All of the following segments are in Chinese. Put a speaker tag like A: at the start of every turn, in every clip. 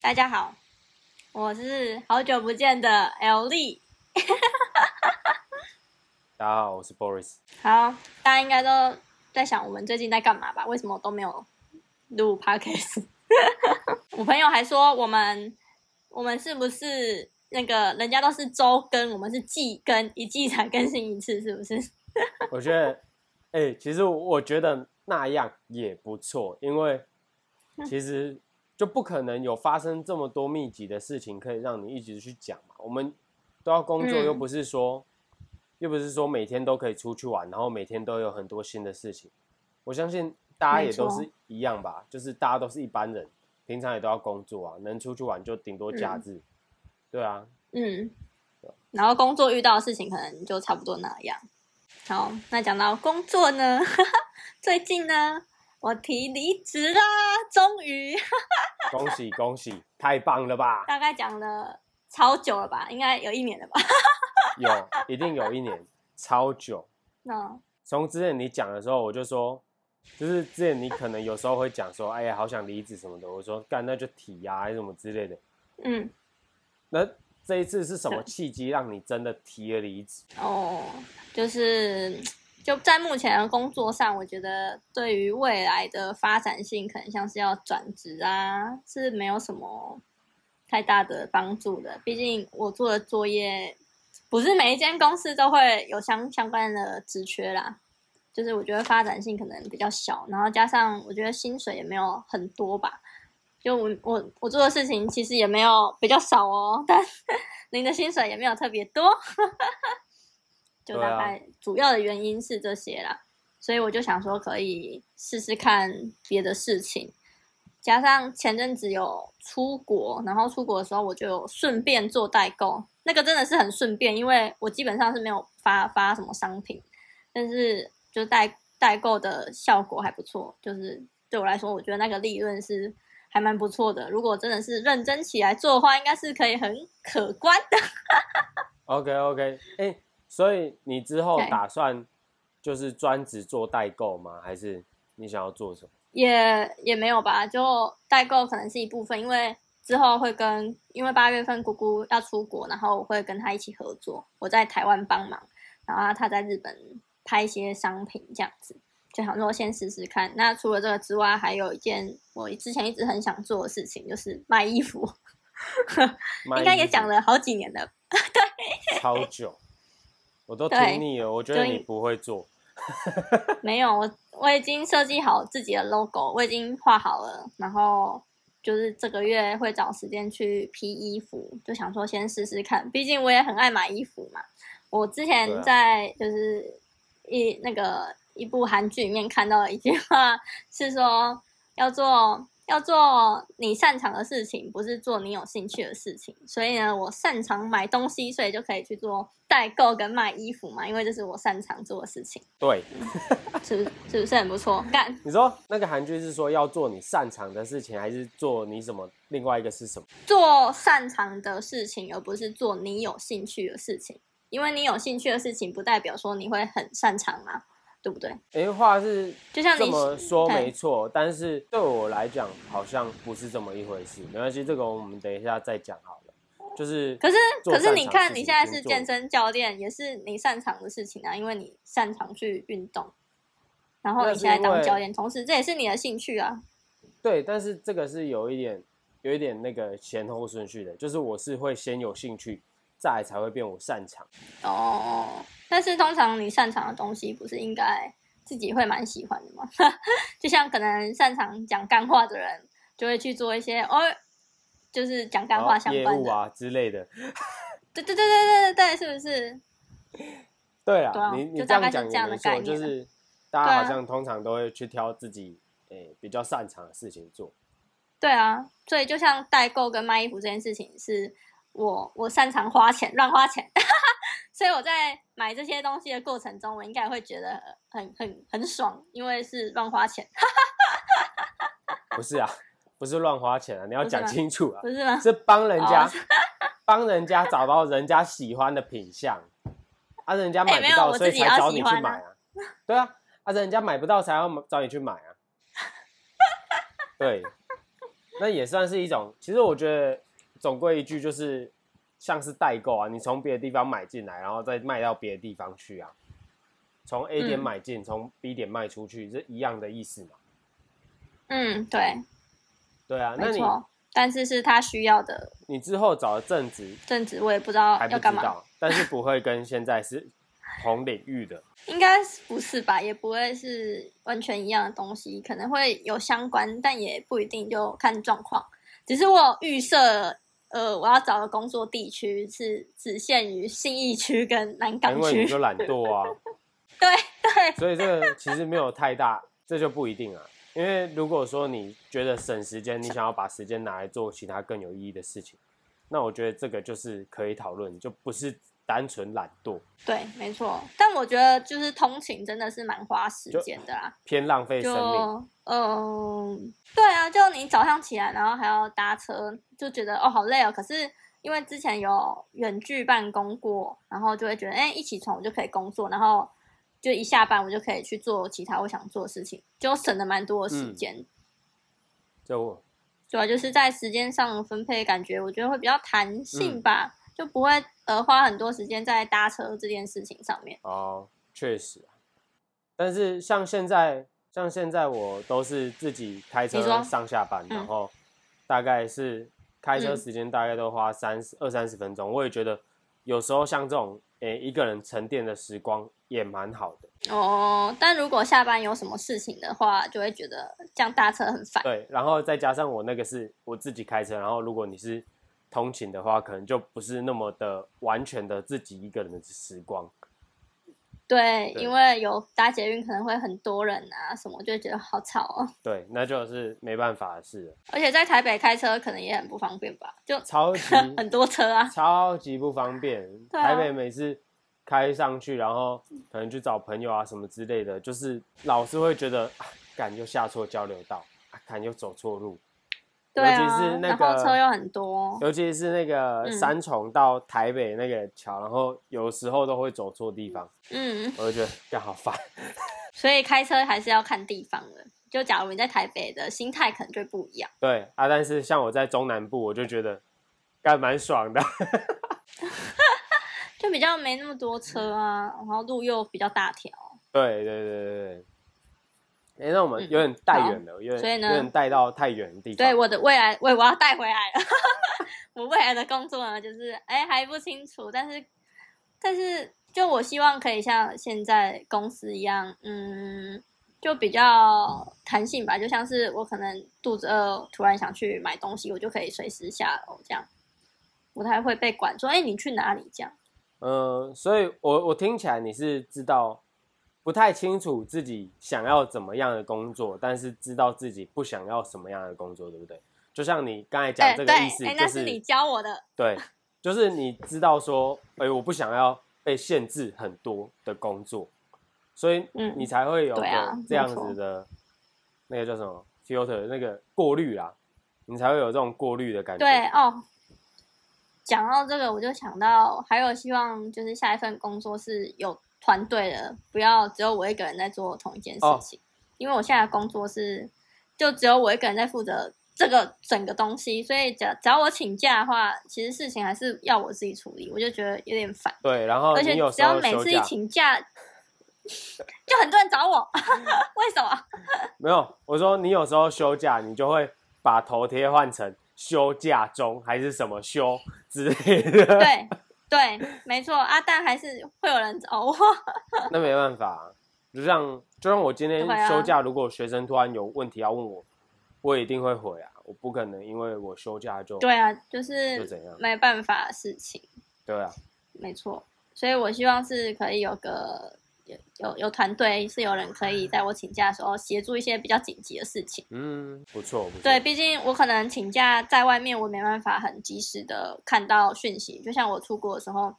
A: 大家好，我是好久不见的 L 丽。
B: 大家好，我是 Boris。
A: 好，大家应该都在想我们最近在干嘛吧？为什么都没有录 podcast？我朋友还说我们我们是不是那个人家都是周更，我们是季更，一季才更新一次，是不是？
B: 我觉得，哎、其实我觉得那样也不错，因为
A: 嗯
B: 其实就不可能有发生这么多密集的事情可以让你一直去讲嘛。我们都要工作，
A: 嗯
B: 又不是说，又不是说每天都可以出去玩，然后每天都有很多新的事情。我相信大家
A: 没
B: 也都
A: 错
B: 是一样吧，就是大家都是一般人，平常也都要工作啊，能出去玩就顶多假
A: 嗯
B: 日。对啊，
A: 嗯，然后工作遇到的事情可能就差不多那样。好，那讲到工作呢， 最近呢，我提离职啦，终于。
B: 恭喜恭喜，太棒了吧！
A: 大概讲了超久了吧，应该有一年了吧。
B: 有，一定有一年超久。
A: 那
B: 从之前你讲的时候，我就说，就是之前你可能有时候会讲说，哎呀，好想离职什么的。我说干，那就提呀、还是什么之类的。
A: 嗯，
B: 那这一次是什么契机让你真的提了离职？
A: 哦，就是就在目前的工作上，我觉得对于未来的发展性，可能像是要转职啊，是没有什么太大的帮助的。毕竟我做的作业，不是每一间公司都会有相相关的职缺啦。就是我觉得发展性可能比较小，然后加上我觉得薪水也没有很多吧，就我我我做的事情其实也没有比较少哦，但 您的薪水也没有特别多，就
B: 对
A: 大
B: 啊
A: 概主要的原因是这些啦，所以我就想说可以试试看别的事情，加上前阵子有出国，然后出国的时候我就有顺便做代购，那个真的是很顺便，因为我基本上是没有发发什么商品，但是就代代购的效果还不错，就是对我来说，我觉得那个利润是还蛮不错的。如果真的是认真起来做的话，应该是可以很可观的。
B: OK OK，哎、所以你之后
A: 对
B: 打算就是专职做代购吗？还是你想要做什么？
A: 也也没有吧，就代购可能是一部分，因为之后会跟，因为八月份姑姑要出国，然后我会跟她一起合作，我在台湾帮忙，然后她在日本拍一些商品这样子，就想说先试试看。那除了这个之外，还有一件我之前一直很想做的事情，就是卖衣服，应该也讲
B: 了
A: 了好几年了，
B: 超久，我都
A: 对
B: 听腻了。我觉得
A: 就
B: 你不会做。
A: 没有，我我已经设计好自己的 logo，我已经画好了，然后就是这个月会找时间去批衣服，就想说先试试看，毕竟我也很爱买衣服嘛。我之
B: 对
A: 前
B: 啊
A: 在就是一、那个一部韩剧里面看到的一句话是说，要做要做你擅长的事情，不是做你有兴趣的事情。所以呢，我擅长买东西，所以就可以去做代购跟卖衣服嘛，因为这是我擅长做的事情。
B: 对，
A: 是不是是不是很不错？干
B: 你说那个韩剧是说要做你擅长的事情，还是做你什么？另外一个是什么？
A: 做擅长的事情，而不是做你有兴趣的事情，因为你有兴趣的事情，不代表说你会很擅长啊，对不对？
B: 诶，话是
A: 就像
B: 这
A: 你嗯
B: 么说
A: 对
B: 没错，但是对我来讲好像不是这么一回事。没关系，这个我们等一下再讲好了。就是，
A: 可是
B: 做
A: 可是
B: 擅
A: 你
B: 长
A: 看
B: 事
A: 你
B: 情
A: 现在
B: 先
A: 是
B: 做
A: 健身教练，也是你擅长的事情啊，因为你擅长去运动，然后
B: 那
A: 你
B: 是
A: 现在
B: 因
A: 当
B: 为
A: 教练，同时这也是你的兴趣啊。
B: 对，但是这个是有一点有一点那个前后顺序的，就是我是会先有兴趣，再来才会变我擅长。
A: 哦，但是通常你擅长的东西，不是应该自己会蛮喜欢的吗？ 就像可能擅长讲干话的人，就会去做一些哦，就是讲干话
B: 然
A: 相
B: 后业
A: 关
B: 务
A: 的。
B: 啊之类的。
A: 对对对对对对，是不是？
B: 对啦，
A: 对啊
B: 你你
A: 就
B: 这
A: 大概
B: 样
A: 是这
B: 讲也
A: 样的
B: 没
A: 概
B: 错，
A: 念
B: 就
A: 了
B: 是大家
A: 对啊
B: 好像通常都会去挑自己诶、比较擅长的事情做。
A: 对啊，所以就像代购跟卖衣服这件事情，是我我擅长花钱，乱花钱， 所以我在买这些东西的过程中，我应该会觉得很很很爽，因为是乱花钱，
B: 不是啊，不是乱花钱啊，你要
A: 不是吗
B: 讲清楚啊
A: 不，是吗？
B: 是帮人家
A: 哦
B: 帮、人家找到人家喜欢的品相，啊，人家买
A: 哎没
B: 不
A: 有
B: 到，
A: 我
B: 所以
A: 自己
B: 才
A: 要
B: 找
A: 喜
B: 你
A: 欢啊
B: 去买啊，对啊，啊，人家买不到才要找你去买啊，对，那也算是一种。其实我觉得总归一句就是，像是代购啊，你从别的地方买进来，然后再卖到别的地方去啊。从 A 点
A: 嗯
B: 买进，从、B 点卖出去，这一样的意思嘛？
A: 嗯，对，
B: 对啊，那
A: 没
B: 你
A: 错。但是是他需要的
B: 你之后找的正职
A: 正职，我也不知道
B: 还
A: 哦
B: 不
A: 要
B: 知
A: 干嘛，
B: 道，但是不会跟现在是同领域的。
A: 应该是不是吧？也不会是完全一样的东西，可能会有相关，但也不一定，就看状况。只是我有预设，呃，我要找的工作地区是只限于信义区跟南港
B: 因为
A: 区
B: 你。就懒惰啊，
A: 对对，
B: 所以这个其实没有太大，这就不一定啊。因为如果说你觉得省时间，你想要把时间拿来做其他更有意义的事情，那我觉得这个就是可以讨论，就不是单纯懒惰，
A: 对，没错。但我觉得就是通勤真的是蛮花时间的啦，
B: 偏浪费
A: 就
B: 生命。
A: 嗯、对啊，就你早上起来，然后还要搭车，就觉得哦好累哦。可是因为之前有远距办公过，然后就会觉得哎、一起床我就可以工作，然后就一下班我就可以去做其他我想做的事情，就省了蛮多的时
B: 嗯
A: 间。
B: 就我
A: 对啊，就是在时间上分配，感觉我觉得会比较弹
B: 嗯
A: 性吧，就不会呃花很多时间在搭车这件事情上面。
B: 哦，确实啊。但是像现在，像现在我都是自己开车
A: 你说
B: 上下班，
A: 嗯
B: 然后大概是开车
A: 嗯
B: 时间大概都花三十二三十分钟。我也觉得有时候像这种诶、一个人沉淀的时光也蛮好的。
A: 哦，但如果下班有什么事情的话，就会觉得这样搭车很烦。
B: 对，然后再加上我那个是我自己开车，然后如果你是通勤的话，可能就不是那么的完全的自己一个人的时光。
A: 对，
B: 对
A: 因为有搭捷运可能会很多人啊，什么就会觉得好吵哦。
B: 对，那就是没办法的事了，
A: 而且在台北开车可能也很不方便吧，就
B: 超级
A: 很多车啊。
B: 超级不方便。
A: 对啊嗯
B: 台北每次开上去，然后可能去找朋友啊什么之类的，就是老是会觉得，啊感、又下错交流道，啊，感又走错路。
A: 对啊，
B: 尤其是那
A: 然后车
B: 个，
A: 又很多。
B: 尤其是那个
A: 哦嗯
B: 三重到台北那个桥，然后有时候都会走错地方，
A: 嗯，
B: 我就觉得干好烦。
A: 所以开车还是要看地方的。就假如你在台北的心态可能就会不一样。
B: 对啊，但是像我在中南部，我就觉得干蛮爽的。
A: 就比较没那么多车啊，然后路又比较大条，
B: 对对对对对。哎、那我们
A: 嗯
B: 有点带远了，有
A: 所以
B: 点
A: 呢
B: 有点带到太远的地方。
A: 对我的未来，我我要带回来了。 我未来的工作呢，就是哎还不清楚，但是但是就我希望可以像现在公司一样，嗯，就比较弹性吧。就像是我可能肚子饿，突然想去买东西，我就可以随时下楼这样，不太会被管说哎你去哪里这样。
B: 嗯，所以我我听起来你是知道不太清楚自己想要怎么样的工作，但是知道自己不想要什么样的工作，对不对？就像你刚才讲
A: 哎
B: 这
A: 对，
B: 个意思，
A: 哎
B: 就
A: 那是你教我的，
B: 对，就是你知道说，哎、我不想要被限制很多的工作，所以
A: 嗯
B: 你才会有
A: 对啊
B: 个这样
A: 没错
B: 子的，那个叫什么 filter 那个过滤啦，你才会有这种过滤的感觉。
A: 对哦，讲到这个，我就想到还有希望，就是下一份工作是有团队的，不要只有我一个人在做同一件事
B: 哦
A: 情。因为我现在的工作是，就只有我一个人在负责这个整个东西，所以只要只要我请假的话，其实事情还是要我自己处理，我就觉得有点烦。
B: 对，然后
A: 而且
B: 哦你有
A: 只
B: 时
A: 要
B: 候
A: 每
B: 休
A: 次一
B: 假
A: 请假，就很多人找我，
B: 嗯
A: 为什么？
B: 没有，我说你有时候休假，你就会把头贴换成休假中还是什么休之类 的。
A: 对对，没错，阿、蛋还是会有人找我。
B: 那没办法啊、就像就像我今天
A: 对啊
B: 休假，如果学生突然有问题要问我，我一定会回啊，我不可能因为我休假就
A: 对啊，就
B: 就是怎样
A: 没办法的事情，
B: 对啊，
A: 没错。所以我希望是可以有个有有有团队，是有人可以在我请假的时候协助一些比较紧急的事情。
B: 嗯，不错不错，
A: 对，毕竟我可能请假在外面，我没办法很及时的看到讯息。就像我出国的时候，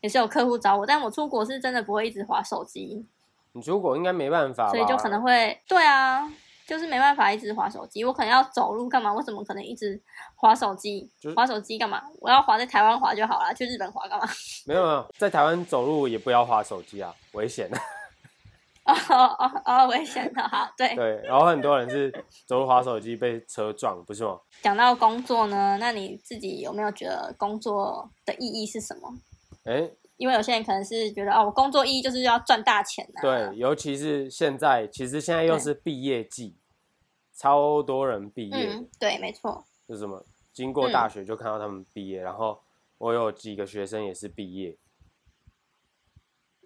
A: 也是有客户找我，但我出国是真的不会一直划手机，
B: 你出国应该没办法吧，
A: 所以就 可能会对啊，就是没办法一直划手机。我可能要走路干嘛？我怎么可能一直划手机
B: 就？是
A: 划手机干嘛？我要划在台湾划就好了，去日本划干嘛？
B: 没有没有，在台湾走路也不要滑手机啊，危险啊。
A: 哦哦哦，危险的，好，对。
B: 对，然后很多人是走路滑手机被车撞，不是吗？
A: 讲到工作呢，那你自己有没有觉得工作的意义是什么？
B: 哎，
A: 因为有些人可能是觉得哦，我工作意义就是要赚大钱啊。
B: 对，尤其是现在，其实现在又
A: 对
B: 是毕业季，超多人毕业，
A: 嗯，对，没错。
B: 就什么经过大学就看到他们毕业，然后我有几个学生也是毕业，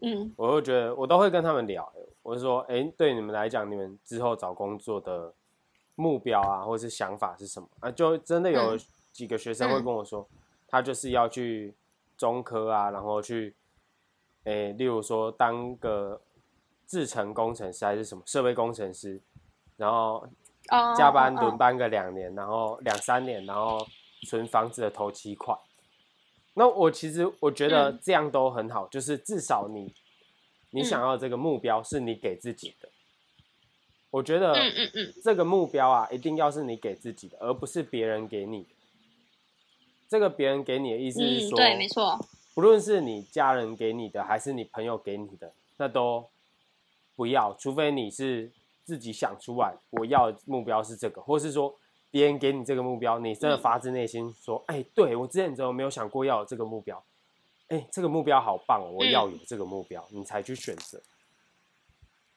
A: 嗯，
B: 我就觉得我都会跟他们聊，我就说，哎、对你们来讲，你们之后找工作的目标啊，或者是想法是什么啊？就真的有
A: 嗯
B: 几个学生会
A: 嗯
B: 跟我说，他就是要去中科啊，然后去，哎、例如说当个制程工程师还是什么设备工程师，然后
A: 哦，
B: 加班
A: 哦
B: 轮，班个两年，然后两三年，然后存房子的头期款。那我其实我觉得
A: 嗯
B: 这样都很好，就是至少你你想要的这个目标是你给自己的。我觉得
A: 嗯嗯嗯，
B: 这个目标啊，一定要是你给自己的，而不是别人给你的。这个别人给你的意思是
A: 嗯，
B: 说，
A: 对，没错，
B: 不论是你家人给你的，还是你朋友给你的，那都不要，除非你是自己想出来，我要的目标是这个，或是说别人给你这个目标，你真的
A: 嗯
B: 发自内心说，哎、对我之前怎么没有想过要有这个目标？哎、这个目标好棒哦，我
A: 嗯
B: 要有这个目标，你才去选择。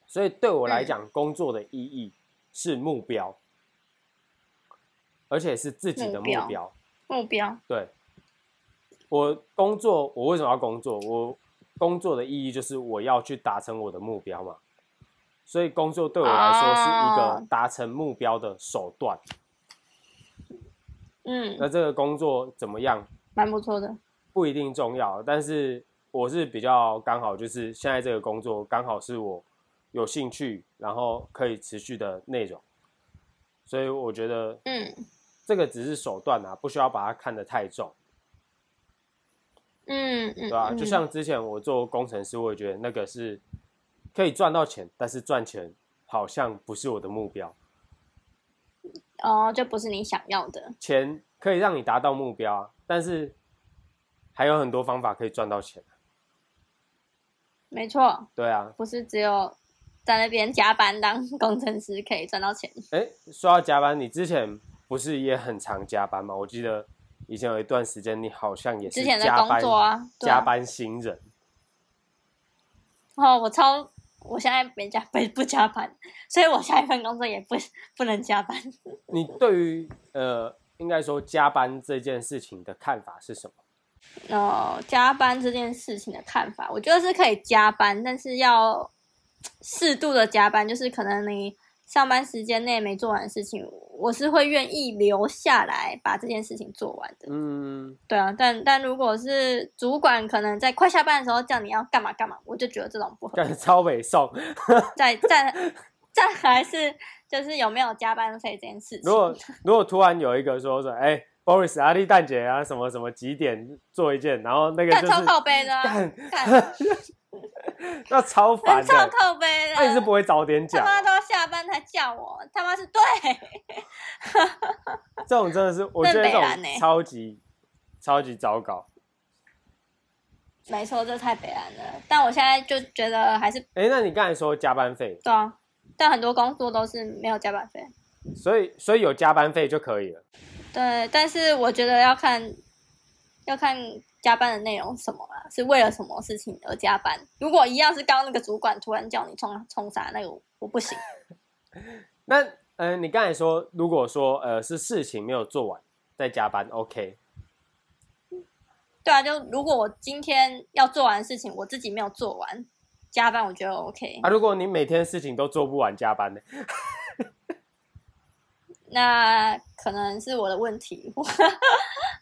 B: 所以对我来
A: 嗯
B: 讲，工作的意义是目标，而且是自己的
A: 目
B: 目
A: 标
B: 标
A: 目标，
B: 对，我工作，我为什么要工作？我工作的意义就是我要去达成我的目标嘛。所以工作对我来说是一
A: 哦
B: 个达成目标的手段。
A: 嗯，
B: 那这个工作怎么样
A: 蛮不错的，
B: 不一定重要，但是我是比较刚好，就是现在这个工作刚好是我有兴趣，然后可以持续的内容。所以我觉得
A: 嗯
B: 这个只是手段啊，不需要把它看得太重。
A: 嗯嗯，
B: 对啊，就
A: 嗯
B: 像之前我做工程师，我也觉得那个是可以赚到钱，但是赚钱好像不是我的目标。
A: 哦，就不是你想要的，
B: 钱可以让你达到目标啊，但是还有很多方法可以赚到钱。啊
A: 没错，
B: 对啊，
A: 不是只有在那边加班当工程师可以赚到钱，
B: 哎，说到加班，你之前不是也很常加班吗？我记得以前有一段时间，你好像也是
A: 之前的
B: 加
A: 工
B: 班
A: 作啊，对啊
B: 加班新人。
A: 哦，我超，我现在没加不不加班，所以我下一份工作也不不能加班。
B: 你对于呃，应该说加班这件事情的看法是什么？
A: 呃，加班这件事情的看法，我觉得是可以加班，但是要适度的加班，就是可能你上班时间内没做完的事情，我是会愿意留下来把这件事情做完的。
B: 嗯，
A: 对啊，但但如果是主管可能在快下班的时候叫你要干嘛干嘛，我就觉得这种不合理。
B: 干超北宋。
A: 再再再还是就是有没有加班费这件事情。
B: 如果如果突然有一个说说，哎、b o r i s 阿丽蛋姐啊，什么什么几点做一件，然后那个
A: 干
B: 就
A: 超
B: 是
A: 靠背的、啊，
B: 干
A: 干
B: 那超烦
A: 很超
B: 的，
A: 靠背的
B: 那你是
A: 啊，
B: 不会早点
A: 他
B: 讲，
A: 妈都要下班才叫我，他妈是对，
B: 这种真的是，我觉得
A: 北
B: 这
A: 兰欸
B: 种超级超级糟糕。
A: 没错，这太北蓝了。但我现在就觉得还是
B: 哎、那你刚才说加班费，
A: 对啊，但很多工作都是没有加班费。
B: 所以所以有加班费就可以了。
A: 对，但是我觉得要看要看加班的内容是什么啦，是为了什么事情而加班。如果一样是刚刚那个主管突然叫你冲冲啥，那个我我不行。
B: 那嗯、呃你刚才说，如果说呃是事情没有做完再加班，OK，
A: 对啊，就如果我今天要做完的事情，我自己没有做完，加班我觉得 OK。
B: 啊，如果你每天事情都做不完，加班呢？
A: 那可能是我的问题， 我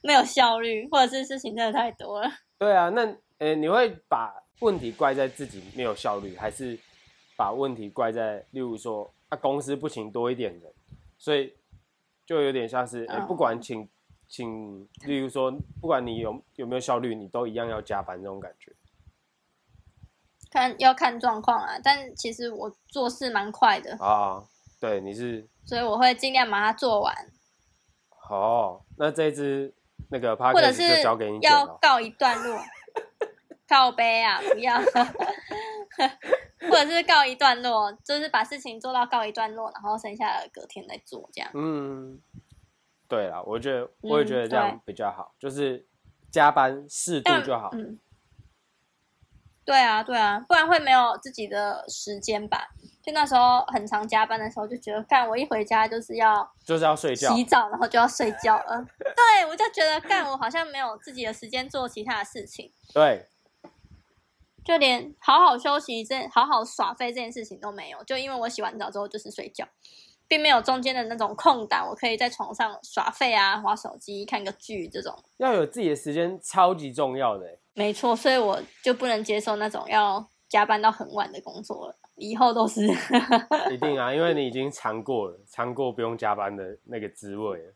A: 没有效率，或者是事情真的太多了。
B: 对啊，那呃，你会把问题怪在自己没有效率，还是把问题怪在，例如说啊，公司不请多一点人，所以就有点像是，呃
A: 嗯
B: 不管请请，例如说，不管你有有没有效率，你都一样要加班这种感觉。
A: 看要看状况啊，但其实我做事蛮快的，
B: 啊，对，你是
A: 所以我会尽量把它做完，
B: 哦，那这一支那个 p a
A: 或
B: c
A: 者
B: a g
A: 是
B: 就交给你剪
A: 要
B: 了。
A: 告一段落。靠背啊，不要，或者是告一段落，就是把事情做到告一段落，然后剩下的隔天再做这样。
B: 嗯，对啦，我觉得我也觉得
A: 嗯
B: 这样比较好，就是加班适度就好。
A: 嗯，对啊，对啊，不然会没有自己的时间吧？就那时候很常加班的时候，就觉得干我一回家就是要
B: 就是要睡觉。
A: 洗澡，然后就要睡觉了。 对我就觉得干我好像没有自己的时间做其他的事情，
B: 对，
A: 就连好好休息这好好耍废这件事情都没有。就因为我洗完澡之后就是睡觉，并没有中间的那种空档，我可以在床上耍废啊、划手机、看个剧这种。
B: 要有自己的时间超级重要的欸、
A: 没错，所以我就不能接受那种要加班到很晚的工作了，以后都是。
B: 一定啊，因为你已经尝过了，尝过不用加班的那个滋味了。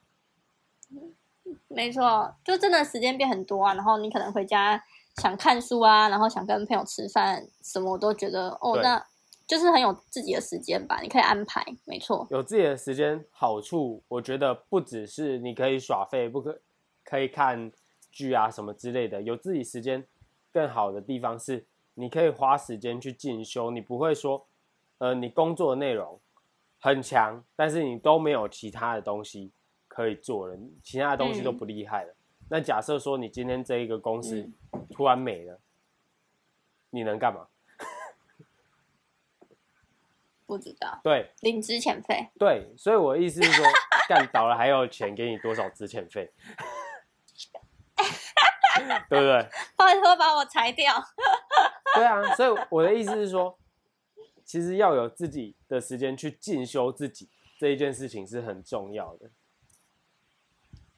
A: 没错，就真的时间变很多啊，然后你可能回家想看书啊，然后想跟朋友吃饭什么，我都觉得哦，
B: 对
A: 那就是很有自己的时间吧，你可以安排。没错，
B: 有自己的时间好处，我觉得不只是你可以耍废，不可可以看剧啊什么之类的。有自己时间更好的地方是，你可以花时间去进修，你不会说，呃，你工作的内容很强，但是你都没有其他的东西可以做了，其他的东西都
A: 嗯
B: 不厉害了。那假设说你今天这一个公司
A: 嗯
B: 突然没了，你能干嘛？
A: 不知道
B: 对，
A: 领之前费，
B: 对，所以我的意思是说，干倒了还有钱给你多少资遣费， 对不对？
A: 拜托把我裁掉。
B: 对啊，所以我的意思是说，其实要有自己的时间去进修自己这一件事情是很重要的。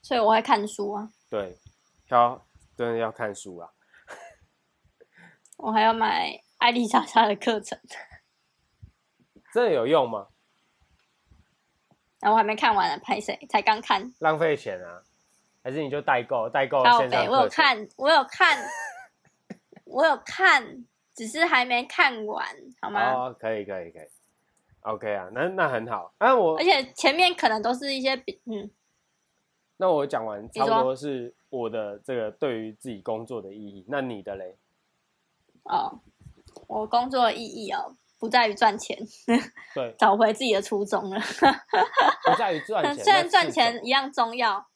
A: 所以我会看书啊，
B: 对，要真的要看书啊。
A: 我还要买艾丽莎莎的课程，
B: 真的有用吗？
A: 然后我还没看完呢，拍谁才刚看。
B: 浪费钱啊？还是你就代购？代购
A: 靠
B: 哦线上
A: 北，我
B: 课
A: 有
B: 程？
A: 看，我有看，我有看，只是还没看完，好吗？
B: 哦，可以可以可以，OK 啊，那那很好。那、啊、我
A: 而且前面可能都是一些比嗯，
B: 那我讲完差
A: 说
B: 不多是我的这个对于自己工作的意义，那你的嘞？
A: 哦，我工作的意义哦，不在于赚钱，，
B: 对
A: 找回自己的初衷了。
B: 不在于赚钱，
A: 嗯 虽然
B: 那
A: 赚
B: 是什
A: 钱
B: 么，
A: 一样重要，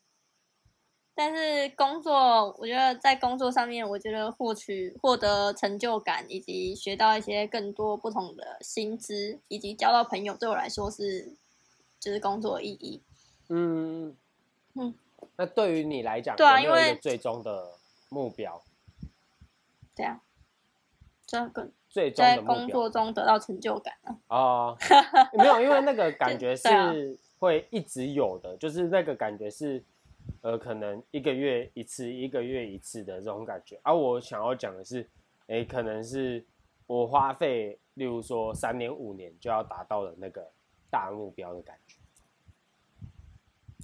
A: 但是工作，我觉得在工作上面，我觉得获取获得成就感，以及学到一些更多不同的薪资，以及交到朋友，对我来说是就是工作的意义。
B: 嗯
A: 嗯
B: 那对于你来讲，
A: 对啊
B: 有没
A: 因
B: 有一
A: 为
B: 个最终的目标，
A: 这样，这个
B: 最终
A: 在
B: 的目
A: 工
B: 标
A: 作中得到成就感啊，
B: 哦，没有，因为那个感觉
A: 对啊
B: 是会一直有的，就是那个感觉是，呃，可能一个月一次，一个月一次的这种感觉。而、我想要讲的是，诶，可能是我花费，例如说三年五年就要达到的那个大目标的感觉。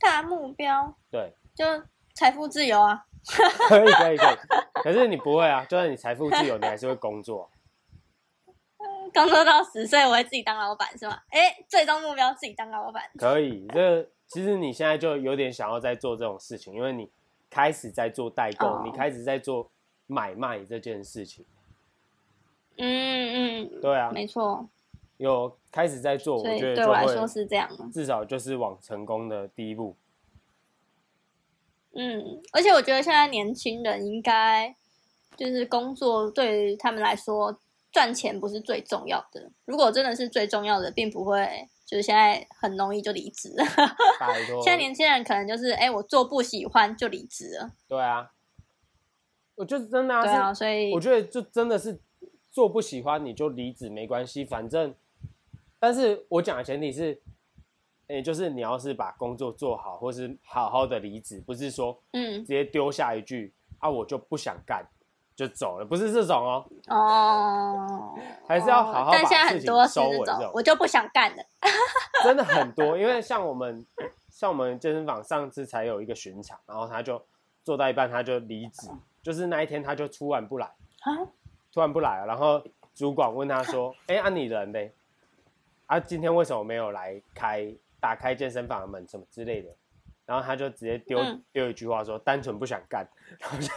A: 大目标
B: 对，
A: 就财富自由啊。
B: 可以，可以，可以。可是你不会啊，就算你财富自由，你还是会工作。
A: 工作到十岁，我会自己当老板是吗？哎，最终目标自己当老板，
B: 可以，这个其实你现在就有点想要在做这种事情，因为你开始在做代购，
A: 哦
B: 你开始在做买卖这件事情。
A: 嗯嗯，
B: 对啊，
A: 没错，
B: 有开始在做，我
A: 所以
B: 觉得
A: 对
B: 就
A: 我来说
B: 会
A: 是这样的。
B: 至少就是往成功的第一步。
A: 嗯，而且我觉得现在年轻人应该就是工作对于他们来说，赚钱不是最重要的。如果真的是最重要的，并不会就是现在很容易就离职。
B: 拜 托，
A: 现在年轻人可能就是哎、我做不喜欢就离职了。
B: 对啊，我就是真的啊，
A: 对
B: 是
A: 啊，所以
B: 我觉得就真的是做不喜欢你就离职没关系，反正，但是我讲的前提是，也、就是你要是把工作做好，或是好好的离职，不是说
A: 嗯
B: 直接丢下一句啊我就不想干就走了，不是这种哦，
A: 哦，
B: 还是要好好
A: 但现
B: 把
A: 在
B: 事
A: 很
B: 情
A: 多是
B: 收尾
A: 那
B: 这种
A: 种，我就不想干了。
B: 真的很多，因为像我们像我们健身房上次才有一个巡场，然后他就做到一半他就离职，就是那一天他就突然不来，
A: 啊，
B: 突然不来了，然后主管问他说：“哎、啊你人嘞？啊今天为什么没有来开打开健身房的门什么之类的？”然后他就直接丢、
A: 嗯
B: 丢一句话说：“单纯不想干。”然后就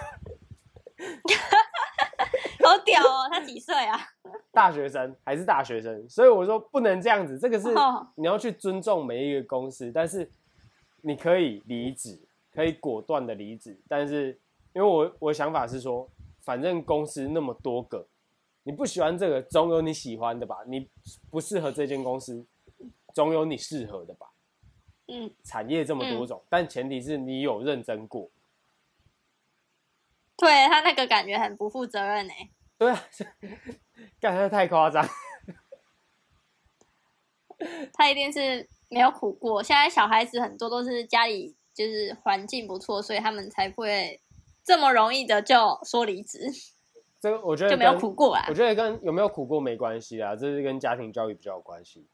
A: 好屌哦！他几岁啊？
B: 大学生还是大学生，所以我说不能这样子，这个是
A: 哦
B: 你要去尊重每一个公司，但是你可以离职，可以果断的离职，但是因为我我想法是说，反正公司那么多个，你不喜欢这个，总有你喜欢的吧？你不适合这间公司，总有你适合的吧？
A: 嗯，
B: 产业这么多种，但前提是你有认真过。
A: 对他那个感觉很不负责任哎、
B: 对啊， 这干他太夸张。
A: 他一定是没有苦过。现在小孩子很多都是家里就是环境不错，所以他们才不会这么容易的就说离职，
B: 这个我觉得
A: 就没有
B: 跟
A: 苦过啊啦
B: 我。觉得跟有没有苦过没关系啊，这是跟家庭教育比较有关系。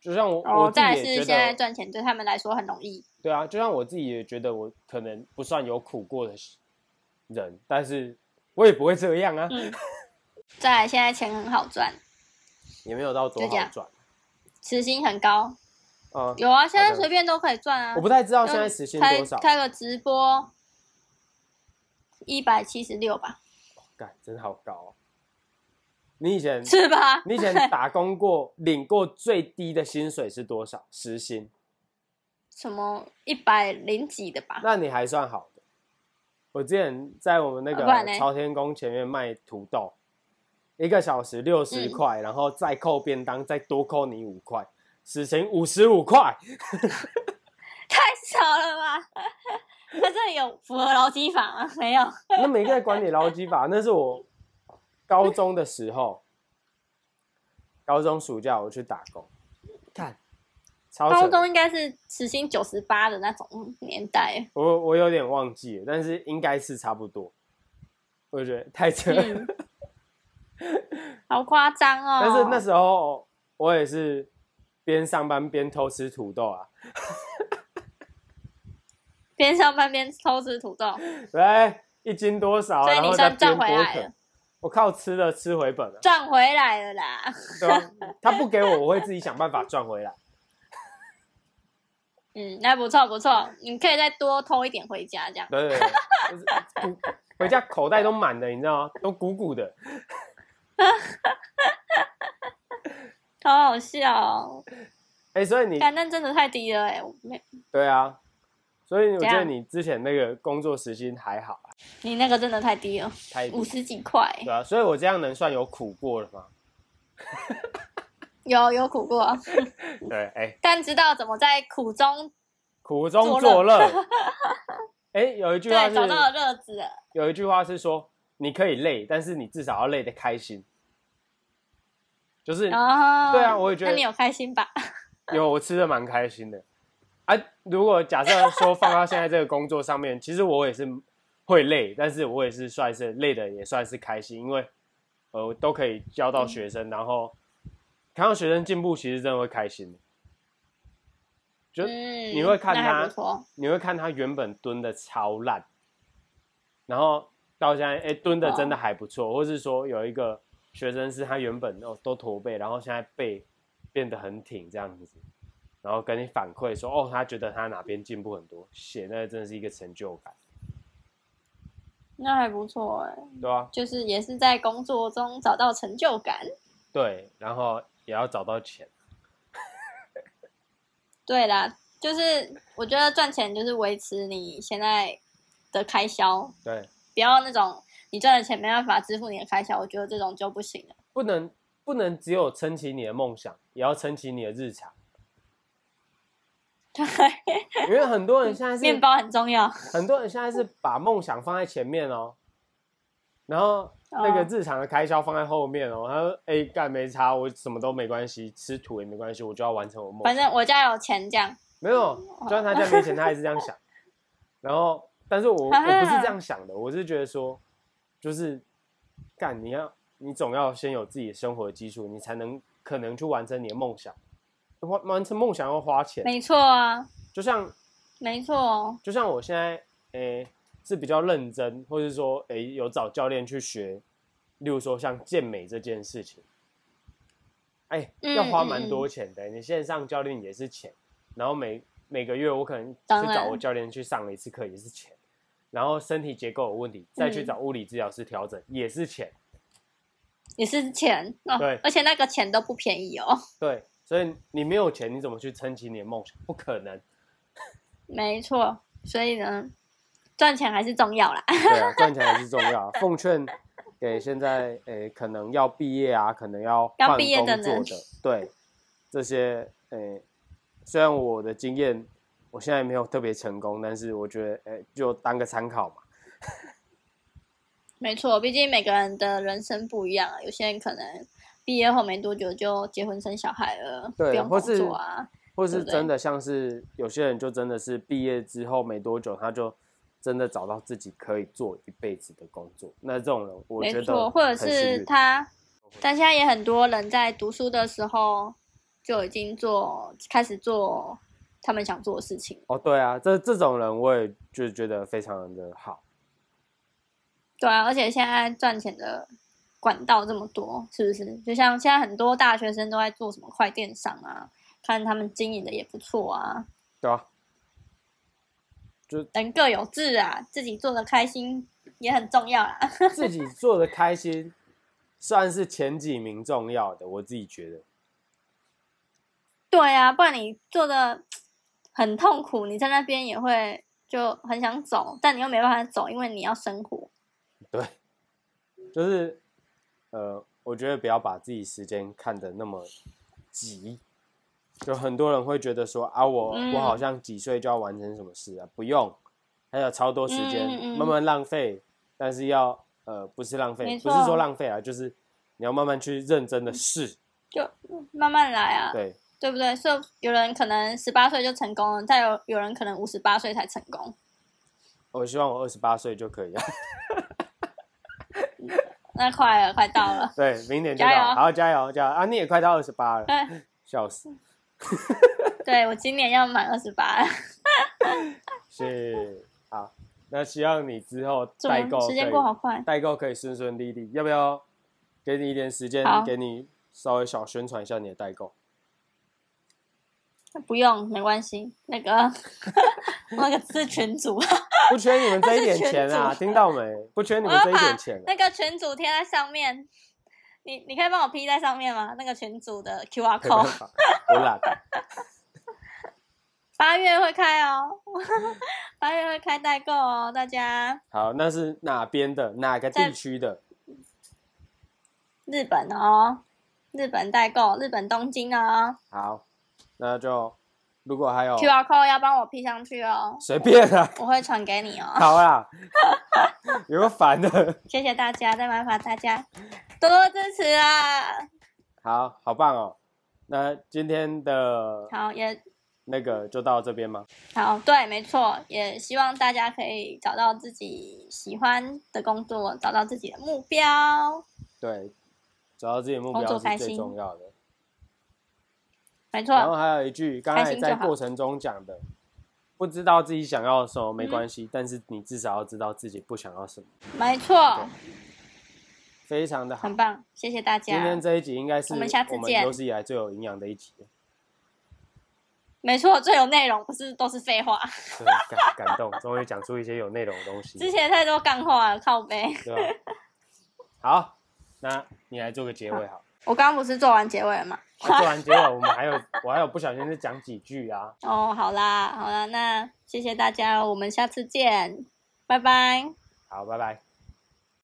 B: 就像我、我
A: 哦，
B: 自己
A: 再来是
B: 也觉
A: 现在
B: 得，
A: 赚钱对他们来说很容易，
B: 对啊，就像我自己也觉得我可能不算有苦过的人，但是我也不会这样啊，
A: 嗯。再来现在钱很好赚，
B: 也没有到多
A: 就这
B: 好
A: 样
B: 赚
A: 时薪很高，
B: 啊、
A: 有啊，现在
B: 好像
A: 随便都可以赚啊
B: 我。不太知道
A: 就
B: 现在时薪
A: 开
B: 多少，
A: 开个直播，一百七十六吧，
B: 干真好高、哦。你以前
A: 是吧？
B: 嗯你以前打工过，领过最低的薪水是多少？时薪？
A: 什么一百零几的吧？
B: 那你还算好的。我之前在我们那
A: 啊不然
B: 个
A: 嘞
B: 朝天宫前面卖土豆，一个小时六十
A: 嗯
B: 块，然后再扣便当，再多扣你五块，时薪五十五块。
A: 太少了吧？ 那这里有符合劳基法吗？ 没有。
B: 那每个月管理劳基法，那是我高中的时候，高中暑假我去打工，看，超
A: 高
B: 扯的
A: 中应该是时薪九十八的那种年代。
B: 我我有点忘记了，但是应该是差不多。我觉得太扯了。
A: 嗯，好夸张哦。
B: 但是那时候我也是边上班边偷吃土豆啊，
A: 边上班边偷吃土豆，
B: 来一斤多少，啊
A: 所以
B: 然
A: 你
B: 后再
A: 算
B: 边
A: 赚回
B: 剥
A: 来
B: 壳
A: 了。，
B: 我靠吃的吃回本了，
A: 赚回来了啦。
B: 对吧？他不给我，我会自己想办法赚回来。
A: 嗯，那不错不错，你可以再多偷一点回家这样。
B: 对对对， 就是鼓回家口袋都满的，你知道吗？都鼓鼓的。
A: 好好笑哦！
B: 哎、所以你
A: 但那真的太低了哎、我没
B: 对啊，所以我觉
A: 怎
B: 得
A: 样
B: 你之前那个工作时薪还好啊，
A: 你那个真的太低了，
B: 太低
A: 五十几块，
B: 对啊，所以我这样能算有苦过了吗？
A: 有有苦过，
B: 对，哎、
A: 但知道怎么在苦中
B: 苦中作
A: 作
B: 乐。 哎、有一句
A: 对
B: 话是
A: 找到了乐子了。
B: 有一句话是说，你可以累，但是你至少要累得开心。就是
A: 哦，
B: 对啊我也觉得
A: 那你有开心吧？
B: 有我吃的蛮开心的啊。如果假设说放到现在这个工作上面，其实我也是会累，但是我也是算是累的，也算是开心，因为呃我都可以教到学生，然后看到学生进步，其实真的会开心的。就
A: 嗯，
B: 你会看
A: 那
B: 他
A: 还不错。
B: 你会看他原本蹲的超烂，然后到现在哎、诶蹲的真的还不错，或是说有一个学生是他原本哦都驼背，然后现在背变得很挺这样子，然后跟你反馈说哦他觉得他哪边进步很多，写那真的是一个成就感，
A: 那还不错哎、
B: 对啊，
A: 就是也是在工作中找到成就感。
B: 对，然后也要找到钱，
A: 对啦，就是我觉得赚钱就是维持你现在的开销，
B: 对，
A: 不要那种你赚的钱没办法支付你的开销，我觉得这种就不行了。
B: 不能不能只有撑起你的梦想，也要撑起你的日常，
A: 对，
B: 因为很多人现在是
A: 面包很重要。
B: 很多人现在是把梦想放在前面哦，然后那个
A: 哦
B: 日常的开销放在后面哦。他说：“哎，干没差，我什么都没关系，吃土也没关系，我就要完成我梦
A: 反
B: 想。
A: 正我哦家有钱这样，”
B: 没有，就算他家没钱，他还是 这样想。然后，但是我我
A: 哎
B: 不是这样想的，我是觉得说，就是干你要你总要先有自己的生活基础，你才能可能去完成你的梦想。完完成梦想要花钱，
A: 没错啊，
B: 就像
A: 没错哦，
B: 就像我现在，诶、是比较认真，或是说，诶、有找教练去学，例如说像健美这件事情，哎、
A: 嗯
B: 要花蛮多钱的、你线上教练也是钱，然后每每个月我可能
A: 当
B: 去
A: 然
B: 找我教练去上了一次课也是钱，然后身体结构有问题，再去
A: 嗯
B: 找物理治疗师调整、也是钱，
A: 也是钱哦
B: 对，
A: 而且那个钱都不便宜哦。
B: 对，所以你没有钱，你怎么去撑起你的梦想？不可能。
A: 没错，所以呢，赚钱还是重要啦。
B: 对啊，赚钱还是重要。奉劝给现在诶、可能要毕业啊，可能要
A: 要
B: 换
A: 毕业
B: 工
A: 的
B: 作
A: 人
B: 的，对这些诶、虽然我的经验我现在没有特别成功，但是我觉得诶、就当个参考嘛。
A: 没错，毕竟每个人的人生不一样啊，有些人可能毕业后没多久就结婚生小孩了，
B: 对
A: 不用
B: 或
A: 工
B: 是
A: 作啊，
B: 或
A: 对
B: 是
A: 不对
B: 真的像是有些人就真的是毕业之后没多久，他就真的找到自己可以做一辈子的工作。那这种人，我
A: 没
B: 觉
A: 错，
B: 得
A: 或者
B: 很幸
A: 是
B: 运
A: 他，但现在也很多人在读书的时候就已经做开始做他们想做的事情，
B: 哦，对啊，这这种人我也就觉得非常的好。
A: 对啊，而且现在赚钱的管道这么多，是不是？就像现在很多大学生都在做什么快电商啊，看他们经营的也不错啊，
B: 对啊，
A: 人各有志啊，自己做的开心也很重要啊啦。
B: 自己做的开心， 算是前几名重要的，我自己觉得。
A: 对啊，不然你做的很痛苦，你在那边也会就很想走，但你又没办法走，因为你要生活。
B: 对，就是呃，我觉得不要把自己时间看得那么急。就很多人会觉得说啊，我我好
A: 嗯
B: 像几岁就要完成什么事啊，不用，还有超多时间，
A: 嗯嗯嗯
B: 慢慢浪费。但是要呃，不是浪费
A: 没，
B: 不是说
A: 错嗯
B: 浪费啊，就是你要慢慢去认真的试。
A: 就慢慢来啊，
B: 对
A: 对不对？所以有人可能十八岁就成功了，再有有人可能五十八岁才成功。
B: 我希望我二十八岁就可以了。。
A: 那快了，快到了
B: 对，明年就
A: 加
B: 到，
A: 油
B: 好加油加油啊！你也快到二十八了，
A: 对，
B: 笑死。
A: 哎对我今年要满二十 八，
B: 是好，那希望你之后
A: 怎
B: 代
A: 么
B: 购
A: 时
B: 可
A: 间
B: 以
A: 过好快？
B: 代购可以顺顺利利，要不要给你一点时间
A: 好，
B: 给你稍微小宣传一下你的代购？
A: 不用，没关系。那个 那个是群 主，
B: 不缺你们这一 点
A: 他是
B: 钱啊，
A: 全主
B: 听到没？不缺你
A: 我
B: 们
A: 要
B: 这一
A: 把
B: 点钱 啊、
A: 那个群主贴在上面。你你可以帮我 P 在上面吗？那个群主的 QR
B: 没办
A: code，
B: 法，我懒。
A: 八月会开哦， 八月会开代购哦，大家
B: 好，那是哪边的？哪个地
A: 在
B: 区的？
A: 日本哦，日本代购，日本东京哦
B: 好，那就如果还有
A: ，QR code 要帮我 P 上去哦，
B: 随便啊，
A: 我会传给你哦，
B: 好啦， 有个烦的，
A: 谢谢大家，再麻烦大家多多支持啊，
B: 好好棒哦。那今天的
A: 好也
B: 那个就到这边吗？
A: 好，对，没错，也希望大家可以找到自己喜欢的工作，找到自己的目标，
B: 对，找到自己的目
A: 工
B: 标
A: 作
B: 是
A: 开
B: 最
A: 心
B: 重要的。
A: 没
B: 然后
A: 错，
B: 还有一句，刚
A: 开
B: 才
A: 心
B: 在
A: 就好
B: 过程中讲的，不知道自己想要什么没关
A: 嗯
B: 系，但是你至少要知道自己不想要什么，
A: 没错，
B: 非常的好
A: 很。棒，谢谢大
B: 今天
A: 家，
B: 这一集应该是
A: 我们下次
B: 我们
A: 见
B: 有史以来最有营养的一集，
A: 没错，最有内容，不是都是废话，
B: 对感感动，终于讲出一些有内容的东西，
A: 之前太多干话了，靠背。
B: 对吧？好，那你来做个结尾好。
A: 我刚刚不是做完结尾了吗？
B: 那做完结尾，我们还有我还有不小心是讲几句啊，
A: 哦，好啦，好啦，那谢谢大家，我们下次见，拜拜。
B: 好，拜拜。